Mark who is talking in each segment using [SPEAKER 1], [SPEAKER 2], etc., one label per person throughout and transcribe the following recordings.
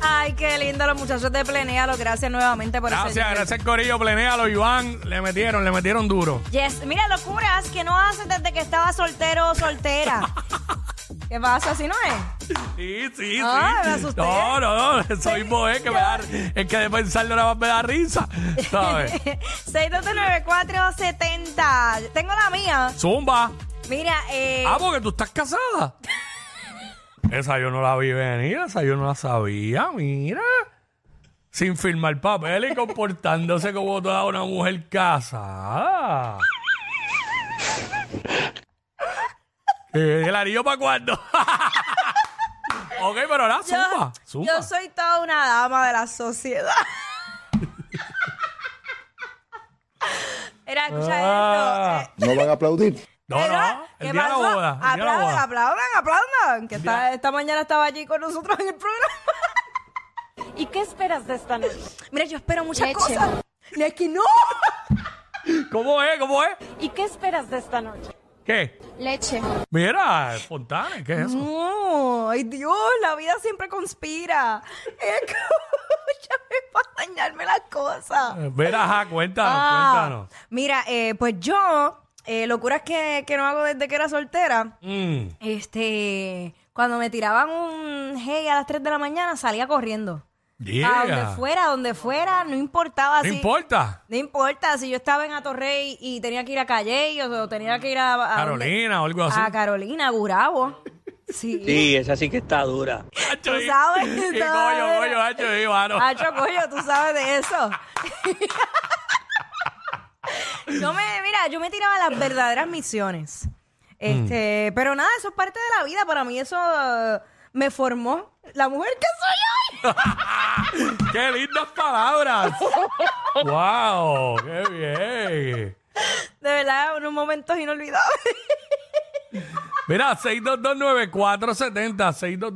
[SPEAKER 1] Ay, qué lindo los muchachos de Plenéalo. Gracias nuevamente por ese
[SPEAKER 2] Gracias,
[SPEAKER 1] jingle.
[SPEAKER 2] gracias Corillo, plenéalo, Iván. Le metieron, le metieron duro.
[SPEAKER 1] Yes. Mira, locuras que no haces desde que estaba soltero o soltera. ¿Qué pasa? ¿Así no es?
[SPEAKER 2] Sí, sí,
[SPEAKER 1] Ah,
[SPEAKER 2] sí.
[SPEAKER 1] me asusté.
[SPEAKER 2] No, no, no, soy boé que me da, es que de pensarlo nada más me da risa, ¿sabes?
[SPEAKER 1] 629470. Tengo la mía.
[SPEAKER 2] Zumba.
[SPEAKER 1] Mira, eh,
[SPEAKER 2] Ah, porque tú estás casada. Esa yo no la vi venir, esa yo no la sabía, mira. Sin firmar papel y comportándose como toda una mujer casada. Eh, ¿El anillo para cuándo? ok, pero ahora
[SPEAKER 1] yo,
[SPEAKER 2] pues, zumba, zumba.
[SPEAKER 1] yo soy toda una dama de la sociedad. Mira, escucha
[SPEAKER 2] Ah.
[SPEAKER 1] esto. Eh,
[SPEAKER 3] ¿No van a aplaudir?
[SPEAKER 2] No,
[SPEAKER 1] Pero,
[SPEAKER 2] no, el
[SPEAKER 1] ¿qué
[SPEAKER 2] día de la
[SPEAKER 1] pasó?
[SPEAKER 2] boda. El día de la
[SPEAKER 1] Aplaudan,
[SPEAKER 2] boda.
[SPEAKER 1] aplaudan, aplaudan. Que esta, esta mañana estaba allí con nosotros en el programa.
[SPEAKER 4] ¿Y qué esperas de esta noche?
[SPEAKER 1] Mira, yo espero muchas
[SPEAKER 4] Leche.
[SPEAKER 1] cosas. No, es que no.
[SPEAKER 2] ¿Cómo es? ¿Cómo es?
[SPEAKER 4] ¿Y qué esperas de esta noche?
[SPEAKER 2] ¿Qué?
[SPEAKER 4] Leche.
[SPEAKER 2] Mira, Fontana, ¿qué es eso?
[SPEAKER 1] No, ay Dios, la vida siempre conspira. Escúchame para dañarme las cosas.
[SPEAKER 2] Mira, ajá, cuéntanos,
[SPEAKER 1] Ah,
[SPEAKER 2] cuéntanos.
[SPEAKER 1] Mira, eh, pues yo, eh, locuras que, que no hago desde que era soltera,
[SPEAKER 2] Mm.
[SPEAKER 1] este, cuando me tiraban un hey a las 3 de la mañana, salía corriendo. A donde
[SPEAKER 2] Yeah.
[SPEAKER 1] fuera, a donde fuera, no importaba.
[SPEAKER 2] No
[SPEAKER 1] si-
[SPEAKER 2] importa.
[SPEAKER 1] No importa, si yo estaba en Atorrey y tenía que ir a Calle o, o tenía que ir a... a
[SPEAKER 2] Carolina o algo
[SPEAKER 1] dónde-
[SPEAKER 2] así.
[SPEAKER 1] A Carolina, a Gurabo. Sí.
[SPEAKER 5] Sí, esa sí que está dura.
[SPEAKER 2] Hacho,
[SPEAKER 1] Tú
[SPEAKER 2] y-
[SPEAKER 1] sabes
[SPEAKER 2] y
[SPEAKER 1] que
[SPEAKER 2] coño, coño, hacho, y mano.
[SPEAKER 1] Hacho, coño, tú sabes de eso. yo me, mira, yo me tiraba las verdaderas misiones. Este,
[SPEAKER 2] Mm.
[SPEAKER 1] pero nada, eso es parte de la vida. Para mí eso eh, me formó la mujer que soy hoy.
[SPEAKER 2] ¡Qué lindas palabras! ¡Wow! ¡Qué bien!
[SPEAKER 1] De verdad, unos momentos inolvidables.
[SPEAKER 2] Mira, 6229470,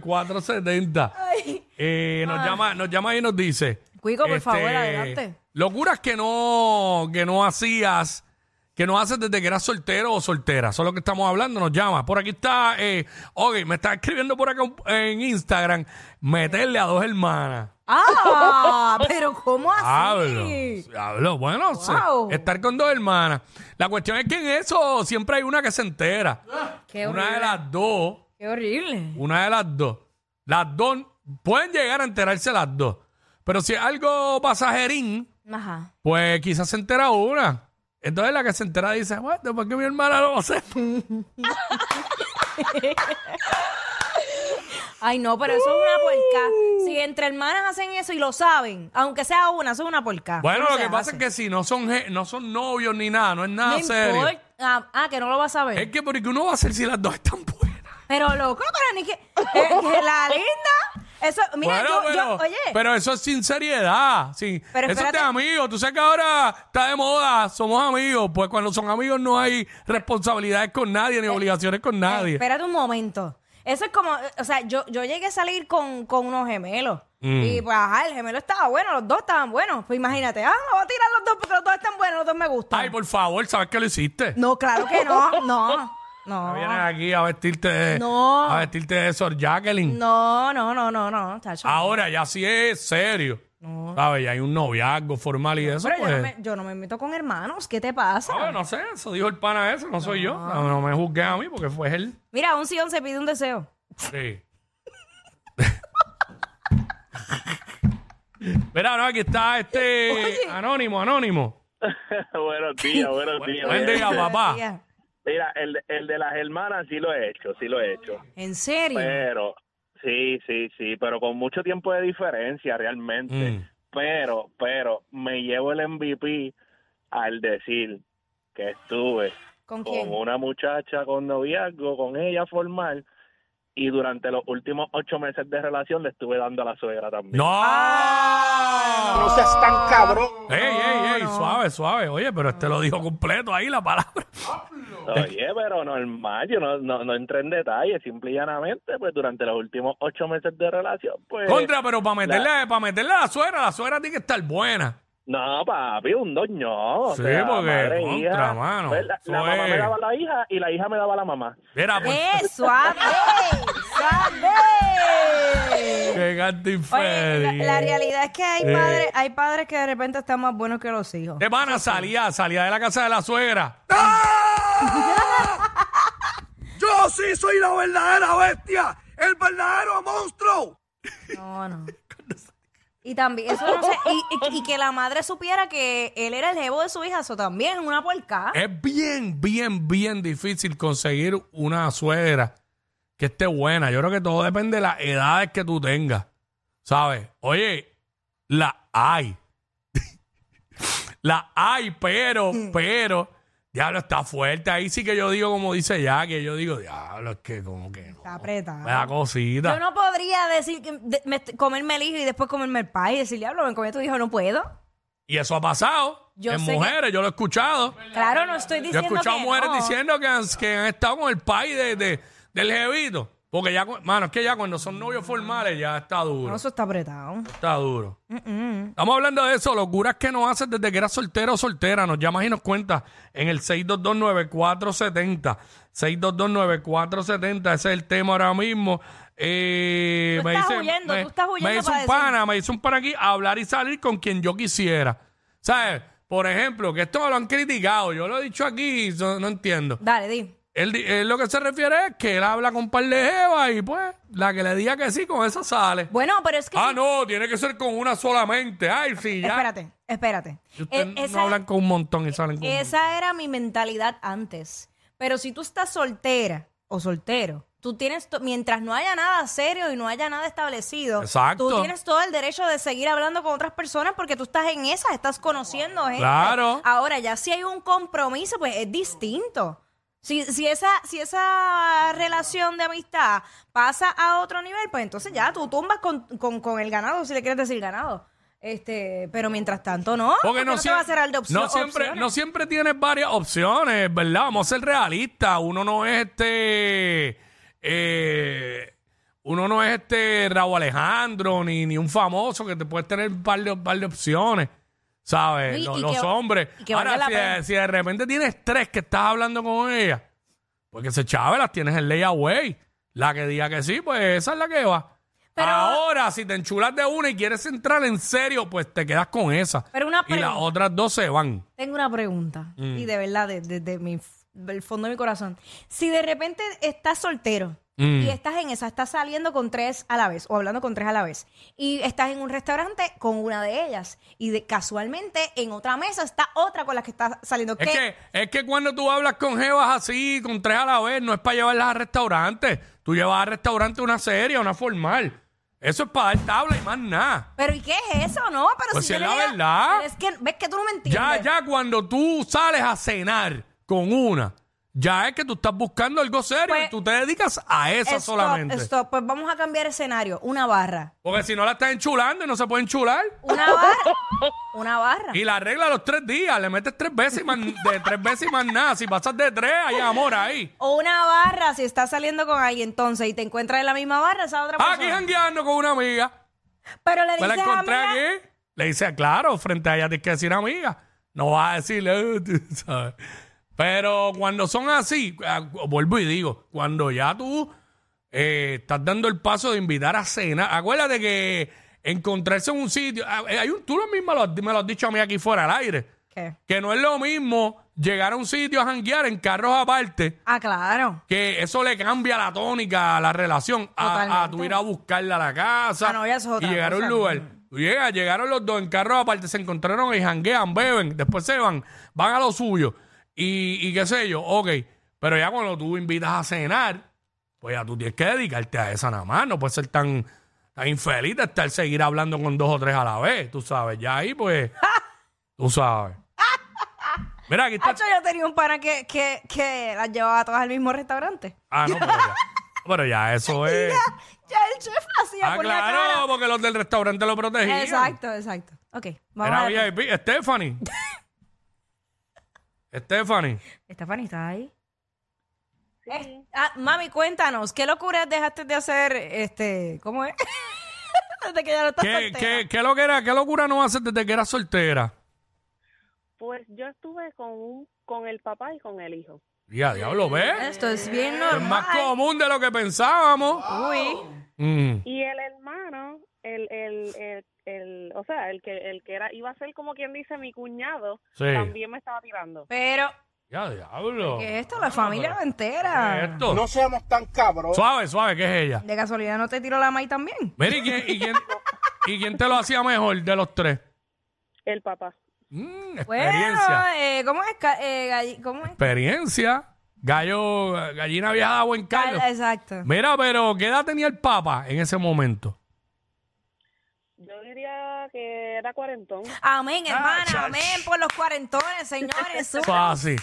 [SPEAKER 2] 6229470.
[SPEAKER 1] Ay. Ah.
[SPEAKER 2] Eh, nos, llama, nos llama y nos dice. este,
[SPEAKER 1] Cuico, por favor, adelante.
[SPEAKER 2] Locuras que no, que no hacías, que no haces desde que eras soltero o soltera. Eso es lo que estamos hablando, nos llama. Por aquí está, eh, ok, me está escribiendo por acá un- en Instagram, meterle a dos hermanas.
[SPEAKER 1] Ah, pero ¿cómo
[SPEAKER 2] Hablo,
[SPEAKER 1] así?
[SPEAKER 2] hablo, bueno, se-
[SPEAKER 1] ¿Ah, Wow.
[SPEAKER 2] estar con dos hermanas. La cuestión es que en eso siempre hay una que se entera.
[SPEAKER 1] Ah, Qué
[SPEAKER 2] una
[SPEAKER 1] horrible.
[SPEAKER 2] de las dos
[SPEAKER 1] Qué horrible.
[SPEAKER 2] una de las dos. Las dos pueden llegar a enterarse las dos. Pero si es algo pasajerín,
[SPEAKER 1] Ajá.
[SPEAKER 2] pues quizás se entera una. Entonces la que se entera dice, bueno, ¿por qué mi hermana no hace?
[SPEAKER 1] Ay, no, pero eso es una
[SPEAKER 2] Uh.
[SPEAKER 1] porca. Si entre hermanas hacen eso y lo saben, aunque sea una, eso es una porca.
[SPEAKER 2] Bueno,
[SPEAKER 1] Eso
[SPEAKER 2] lo
[SPEAKER 1] se
[SPEAKER 2] que
[SPEAKER 1] hace.
[SPEAKER 2] pasa es que si no son je- no son novios ni nada, no es nada
[SPEAKER 1] No
[SPEAKER 2] serio.
[SPEAKER 1] importa. Ah, ah, que no lo vas a ver.
[SPEAKER 2] Es que porque uno va a hacer si las dos están buenas.
[SPEAKER 1] Pero loco, pero ni que, eh, que la linda. Eso, mira,
[SPEAKER 2] Bueno,
[SPEAKER 1] yo,
[SPEAKER 2] pero,
[SPEAKER 1] yo, oye,
[SPEAKER 2] pero eso es sin seriedad. Sí.
[SPEAKER 1] Pero
[SPEAKER 2] eso es de
[SPEAKER 1] espérate.
[SPEAKER 2] amigos. Tú sabes que ahora está de moda, somos amigos. Pues cuando son amigos no hay responsabilidades con nadie
[SPEAKER 1] Eh,
[SPEAKER 2] ni obligaciones con nadie.
[SPEAKER 1] espérate un momento. Eso es como, eh, o sea, yo, yo llegué a salir con, con unos gemelos.
[SPEAKER 2] Mm.
[SPEAKER 1] Y pues, ajá, el gemelo estaba bueno, los dos estaban buenos. Pues imagínate, ah, voy a tirar los dos porque los dos están buenos, los dos me gustan.
[SPEAKER 2] Ay, por favor, ¿sabes que lo hiciste?
[SPEAKER 1] No, claro que no, no, no.
[SPEAKER 2] No vienes aquí a vestirte de,
[SPEAKER 1] No.
[SPEAKER 2] a vestirte de Sor Jacqueline.
[SPEAKER 1] No, no, no, no, no, chacho.
[SPEAKER 2] Ahora ya sí es serio. ¿Sabes? Ya hay un noviazgo formal y eso,
[SPEAKER 1] Pero yo,
[SPEAKER 2] pues.
[SPEAKER 1] no me, yo no me meto con hermanos, ¿qué te pasa?
[SPEAKER 2] Ah, no sé, eso dijo el pana ese, no soy yo. No, no me juzgué a mí porque fue él.
[SPEAKER 1] Mira, un sillón se pide un deseo.
[SPEAKER 2] Sí. Mira, no, aquí está este anónimo, anónimo.
[SPEAKER 6] buenos días, buenos días.
[SPEAKER 2] Buen día,
[SPEAKER 1] Buenos
[SPEAKER 2] papá.
[SPEAKER 1] días.
[SPEAKER 6] Mira, el, el de las hermanas sí lo he hecho, sí lo he hecho.
[SPEAKER 1] ¿En serio?
[SPEAKER 6] Pero, sí, sí, sí, pero con mucho tiempo de diferencia realmente.
[SPEAKER 2] Mm.
[SPEAKER 6] Pero, pero, me llevo el MVP al decir que estuve
[SPEAKER 1] ¿Con
[SPEAKER 6] con
[SPEAKER 1] quién?
[SPEAKER 6] una muchacha con noviazgo, con ella formal, y durante los últimos ocho meses de relación le estuve dando a la suegra también.
[SPEAKER 2] ¡No!
[SPEAKER 1] Ah, no.
[SPEAKER 3] No seas tan cabrón.
[SPEAKER 2] ¡Ey, ey, ey!
[SPEAKER 1] No, no.
[SPEAKER 2] Suave, suave. Oye, pero este lo dijo completo ahí la palabra.
[SPEAKER 6] Oye, pero normal, yo no, no, no entré en detalle, simple y llanamente, pues durante los últimos ocho meses de relación, pues...
[SPEAKER 2] Contra, pero para meterle, para meterle a la suegra, la suegra tiene que estar buena.
[SPEAKER 6] No, papi, un doño. o
[SPEAKER 2] Sí,
[SPEAKER 6] sea,
[SPEAKER 2] porque,
[SPEAKER 6] madre,
[SPEAKER 2] contra,
[SPEAKER 6] hija,
[SPEAKER 2] mano,
[SPEAKER 6] pues, la,
[SPEAKER 2] eso
[SPEAKER 6] la mamá me
[SPEAKER 2] es.
[SPEAKER 6] daba la hija y la hija me daba la mamá.
[SPEAKER 2] Mira, pues,
[SPEAKER 1] ¡Eh, suave! ¡Suave!
[SPEAKER 2] que canto
[SPEAKER 1] Oye, la,
[SPEAKER 2] infeliz.
[SPEAKER 1] la realidad es que hay
[SPEAKER 2] Eh.
[SPEAKER 1] padres, hay padres que de repente están más buenos que los hijos.
[SPEAKER 2] Te van a salía, salía de la casa de la suegra.
[SPEAKER 7] ¡Ah! Yo sí soy la verdadera bestia, el verdadero monstruo.
[SPEAKER 1] No, no. Y también, eso no sé, y, y- y que la madre supiera que él era el jevo de su hija, eso también es una puerca.
[SPEAKER 2] Es bien, bien, bien difícil conseguir una suegra que esté buena. Yo creo que todo depende de las edades que tú tengas. ¿Sabes? Oye, la hay. la hay, pero, pero, diablo, está fuerte. Ahí sí que yo digo, como dice ya, que yo digo, diablo, es que como que no.
[SPEAKER 1] Está apretada.
[SPEAKER 2] Me da cosita.
[SPEAKER 1] Yo no podría decir que de- me- comerme el hijo y después comerme el pay y decirle, hablo, me comí a tu hijo, no puedo.
[SPEAKER 2] Y eso ha pasado
[SPEAKER 1] Yo
[SPEAKER 2] en
[SPEAKER 1] sé que-
[SPEAKER 2] mujeres, yo lo he escuchado.
[SPEAKER 1] Claro, no estoy
[SPEAKER 2] Yo he
[SPEAKER 1] diciendo
[SPEAKER 2] escuchado
[SPEAKER 1] que
[SPEAKER 2] mujeres
[SPEAKER 1] no.
[SPEAKER 2] diciendo que han, que han estado con el país de, de- del jevito. Porque ya, cu- mano, es que ya cuando son novios formales ya está duro.
[SPEAKER 1] No, eso está apretado.
[SPEAKER 2] Está duro. Estamos hablando de eso, locuras que nos haces desde que eras soltero o soltera. Nos llamas y nos cuentas en el 6229470. 6229470, ese es el tema ahora mismo. Eh,
[SPEAKER 1] Tú estás huyendo,
[SPEAKER 2] me,
[SPEAKER 1] tú estás huyendo
[SPEAKER 2] me hizo
[SPEAKER 1] para
[SPEAKER 2] un
[SPEAKER 1] decir-
[SPEAKER 2] pana, me hizo un pana aquí hablar y salir con quien yo quisiera. ¿Sabes? Por ejemplo, que esto me lo han criticado, yo lo he dicho aquí, y so- no entiendo.
[SPEAKER 1] Dale, di.
[SPEAKER 2] Él, di- él lo que se refiere es que él habla con un par de jevas y pues la que le diga que sí, con esa sale.
[SPEAKER 1] Bueno, pero es que...
[SPEAKER 2] Ah,
[SPEAKER 1] si-
[SPEAKER 2] no, tiene que ser con una solamente. Ay, sí, ya.
[SPEAKER 1] Espérate, espérate.
[SPEAKER 2] Y ustedes
[SPEAKER 1] Eh,
[SPEAKER 2] no
[SPEAKER 1] esa-
[SPEAKER 2] hablan con un montón y salen con un montón.
[SPEAKER 1] Esa era mi mentalidad antes. Pero si tú estás soltera o soltero, tú tienes, to- mientras no haya nada serio y no haya nada establecido,
[SPEAKER 2] Exacto.
[SPEAKER 1] tú tienes todo el derecho de seguir hablando con otras personas porque tú estás en esa, estás conociendo gente.
[SPEAKER 2] Claro.
[SPEAKER 1] Ahora, ya si hay un compromiso, pues es distinto. Si, si, esa, si esa relación de amistad pasa a otro nivel, pues entonces ya tú tumbas con, con- con el ganado, si le quieres decir ganado. Este, pero mientras tanto, no.
[SPEAKER 2] Porque no,
[SPEAKER 1] te
[SPEAKER 2] siem-
[SPEAKER 1] va a hacer al de opción-
[SPEAKER 2] no siempre,
[SPEAKER 1] opciones.
[SPEAKER 2] no siempre tienes varias opciones, ¿verdad? Vamos a ser realistas. Uno no es este. eh, uno no es este Raúl Alejandro ni, ni un famoso que te puedes tener un par de, par de opciones, ¿sabes?
[SPEAKER 1] Y-
[SPEAKER 2] Lo-
[SPEAKER 1] y
[SPEAKER 2] los
[SPEAKER 1] que-
[SPEAKER 2] hombres.
[SPEAKER 1] y que valga
[SPEAKER 2] Ahora,
[SPEAKER 1] la
[SPEAKER 2] si,
[SPEAKER 1] pena.
[SPEAKER 2] si de repente tienes tres que estás hablando con ella, porque ese chave las tienes en layaway. La que diga que sí, pues esa es la que va.
[SPEAKER 1] Pero-
[SPEAKER 2] Ahora, si te enchulas de una y quieres entrar en serio, pues te quedas con esa.
[SPEAKER 1] Pero una
[SPEAKER 2] Y las
[SPEAKER 1] pregunta.
[SPEAKER 2] otras dos se van.
[SPEAKER 1] Tengo una pregunta.
[SPEAKER 2] Mm.
[SPEAKER 1] Y de verdad, desde mi, f- del fondo de mi corazón. Si de repente estás soltero
[SPEAKER 2] Mm.
[SPEAKER 1] y estás en esa, estás saliendo con tres a la vez o hablando con tres a la vez y estás en un restaurante con una de ellas y de, casualmente en otra mesa está otra con la que estás saliendo.
[SPEAKER 2] Es
[SPEAKER 1] ¿Qué?
[SPEAKER 2] que, es que cuando tú hablas con jevas así, con tres a la vez, no es para llevarlas a restaurantes. Tú llevas a restaurante una seria, una formal. Eso es para dar tabla y más nada.
[SPEAKER 1] ¿Pero y qué es eso? No, pero
[SPEAKER 2] Pues
[SPEAKER 1] si
[SPEAKER 2] si
[SPEAKER 1] yo
[SPEAKER 2] es
[SPEAKER 1] le
[SPEAKER 2] la
[SPEAKER 1] diga-
[SPEAKER 2] verdad.
[SPEAKER 1] Pero Es que, ves que tú no me entiendes.
[SPEAKER 2] Ya, ya cuando tú sales a cenar con una, ya es que tú estás buscando algo serio
[SPEAKER 1] Pues-
[SPEAKER 2] y tú te dedicas a esa
[SPEAKER 1] Stop,
[SPEAKER 2] solamente.
[SPEAKER 1] stop. Pues vamos a cambiar escenario. Una barra.
[SPEAKER 2] Porque si no la estás enchulando y no se puede enchular.
[SPEAKER 1] Una barra. Una barra.
[SPEAKER 2] Y la regla los tres días, le metes tres veces y más, de tres veces y más nada. Si pasas de tres, hay amor ahí.
[SPEAKER 1] O una barra, si estás saliendo con alguien entonces y te encuentras en la misma barra, esa otra
[SPEAKER 2] Aquí
[SPEAKER 1] persona.
[SPEAKER 2] jangueando con una amiga.
[SPEAKER 1] Pero le
[SPEAKER 2] Ah, Me la
[SPEAKER 1] dices a
[SPEAKER 2] encontré
[SPEAKER 1] mí,
[SPEAKER 2] aquí. Le dice, claro, frente a ella tienes que decir amiga. No vas a decirle, "Eh, tú ¿sabes? Pero cuando son así, ah, vuelvo y digo, cuando ya tú eh, estás dando el paso de invitar a cena, acuérdate que encontrarse en un sitio, ah, eh, hay un, tú lo mismo lo has- me lo has dicho a mí aquí fuera al aire,
[SPEAKER 1] ¿Qué?
[SPEAKER 2] que no es lo mismo llegar a un sitio a janguear en carros aparte
[SPEAKER 1] Ah, claro.
[SPEAKER 2] que eso le cambia la tónica a la relación a, a
[SPEAKER 1] Totalmente.
[SPEAKER 2] tu ir a buscarla a la casa
[SPEAKER 1] Ah, no, ya eso es otra
[SPEAKER 2] y llegar a un
[SPEAKER 1] cosa.
[SPEAKER 2] lugar. Tú llegas, llegaron los dos en carros aparte, se encontraron y janguean, beben, después se van, van a lo suyo y, y qué sé yo, ok. Pero ya cuando tú invitas a cenar, pues ya tú tienes que dedicarte a esa nada más, no puedes ser tan, tan infeliz de estar seguir hablando con dos o tres a la vez, tú sabes, ya ahí pues, tú sabes. Mira, aquí está
[SPEAKER 1] Hacho, yo tenía un pana que, que, que las llevaba a todas al mismo restaurante.
[SPEAKER 2] Ah, no, pero ya, pero ya eso es.
[SPEAKER 1] Ya el chef hacía
[SPEAKER 2] Ah,
[SPEAKER 1] por la
[SPEAKER 2] claro, porque los del restaurante lo protegían.
[SPEAKER 1] cara. Exacto, exacto. Ok, vamos a
[SPEAKER 2] Era
[SPEAKER 1] ver.
[SPEAKER 2] VIP. Stephanie. Stephanie.
[SPEAKER 1] Stephanie, ¿estás ahí? Eh, ah, mami, cuéntanos, ¿qué locuras dejaste de hacer, este, cómo es? Desde que ya no estás
[SPEAKER 2] ¿Qué,
[SPEAKER 1] soltera.
[SPEAKER 2] qué, qué, lo que era, ¿Qué locura no haces desde que eras soltera?
[SPEAKER 8] Pues yo estuve con un, con el papá y con el hijo.
[SPEAKER 2] Ya, diablo, ¿ves?
[SPEAKER 1] Esto es bien
[SPEAKER 2] Es más
[SPEAKER 1] normal.
[SPEAKER 2] común de lo que pensábamos.
[SPEAKER 1] Uy.
[SPEAKER 2] Mm.
[SPEAKER 8] Y el hermano, eh, el, el, el, el- o sea, el que, el que era, iba a ser como quien dice mi cuñado,
[SPEAKER 2] Sí.
[SPEAKER 8] también me estaba tirando.
[SPEAKER 1] Pero,
[SPEAKER 2] Ya, diablo.
[SPEAKER 1] ¿qué es esto? La familia
[SPEAKER 2] ¿Qué es
[SPEAKER 1] entera.
[SPEAKER 2] Oh. Ah, esto?
[SPEAKER 3] No seamos tan cabros.
[SPEAKER 2] Suave, suave, que es ella.
[SPEAKER 1] De casualidad no te tiró la maíz también.
[SPEAKER 2] Mira, ¿y quién, y, quién, y quién te lo hacía mejor de los tres?
[SPEAKER 8] El papá.
[SPEAKER 2] Mm,
[SPEAKER 1] Bueno,
[SPEAKER 2] experiencia.
[SPEAKER 1] eh, ¿cómo es? Ca- eh, galli- ¿Cómo es?
[SPEAKER 2] Experiencia. Gallo, gallina viajada, buen caldo.
[SPEAKER 1] Cal- Exacto.
[SPEAKER 2] Mira, pero ¿qué edad tenía el Papa en ese momento?
[SPEAKER 8] Yo diría que era cuarentón.
[SPEAKER 1] Amén, hermana,
[SPEAKER 2] Ah, chach.
[SPEAKER 1] amén por los cuarentones, señores. Su-
[SPEAKER 2] Fácil.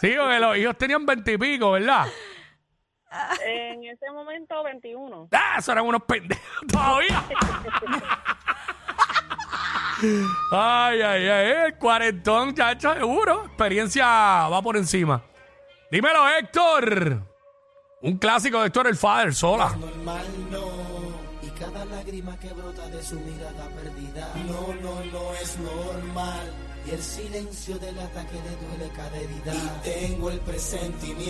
[SPEAKER 2] Sí, porque los hijos tenían veintipico, ¿verdad?
[SPEAKER 8] En ese momento, 21.
[SPEAKER 2] ¡Ah! Eso eran unos pendejos todavía. ay, ay, ay. El cuarentón, ya hecho seguro. Experiencia va por encima. Dímelo, Héctor. Un clásico de Héctor el Father, sola.
[SPEAKER 9] normal no. Y cada lágrima que brota de su mirada perdida. No, no, no es normal. Y el silencio del ataque le duele cada herida. Y tengo el presentimiento.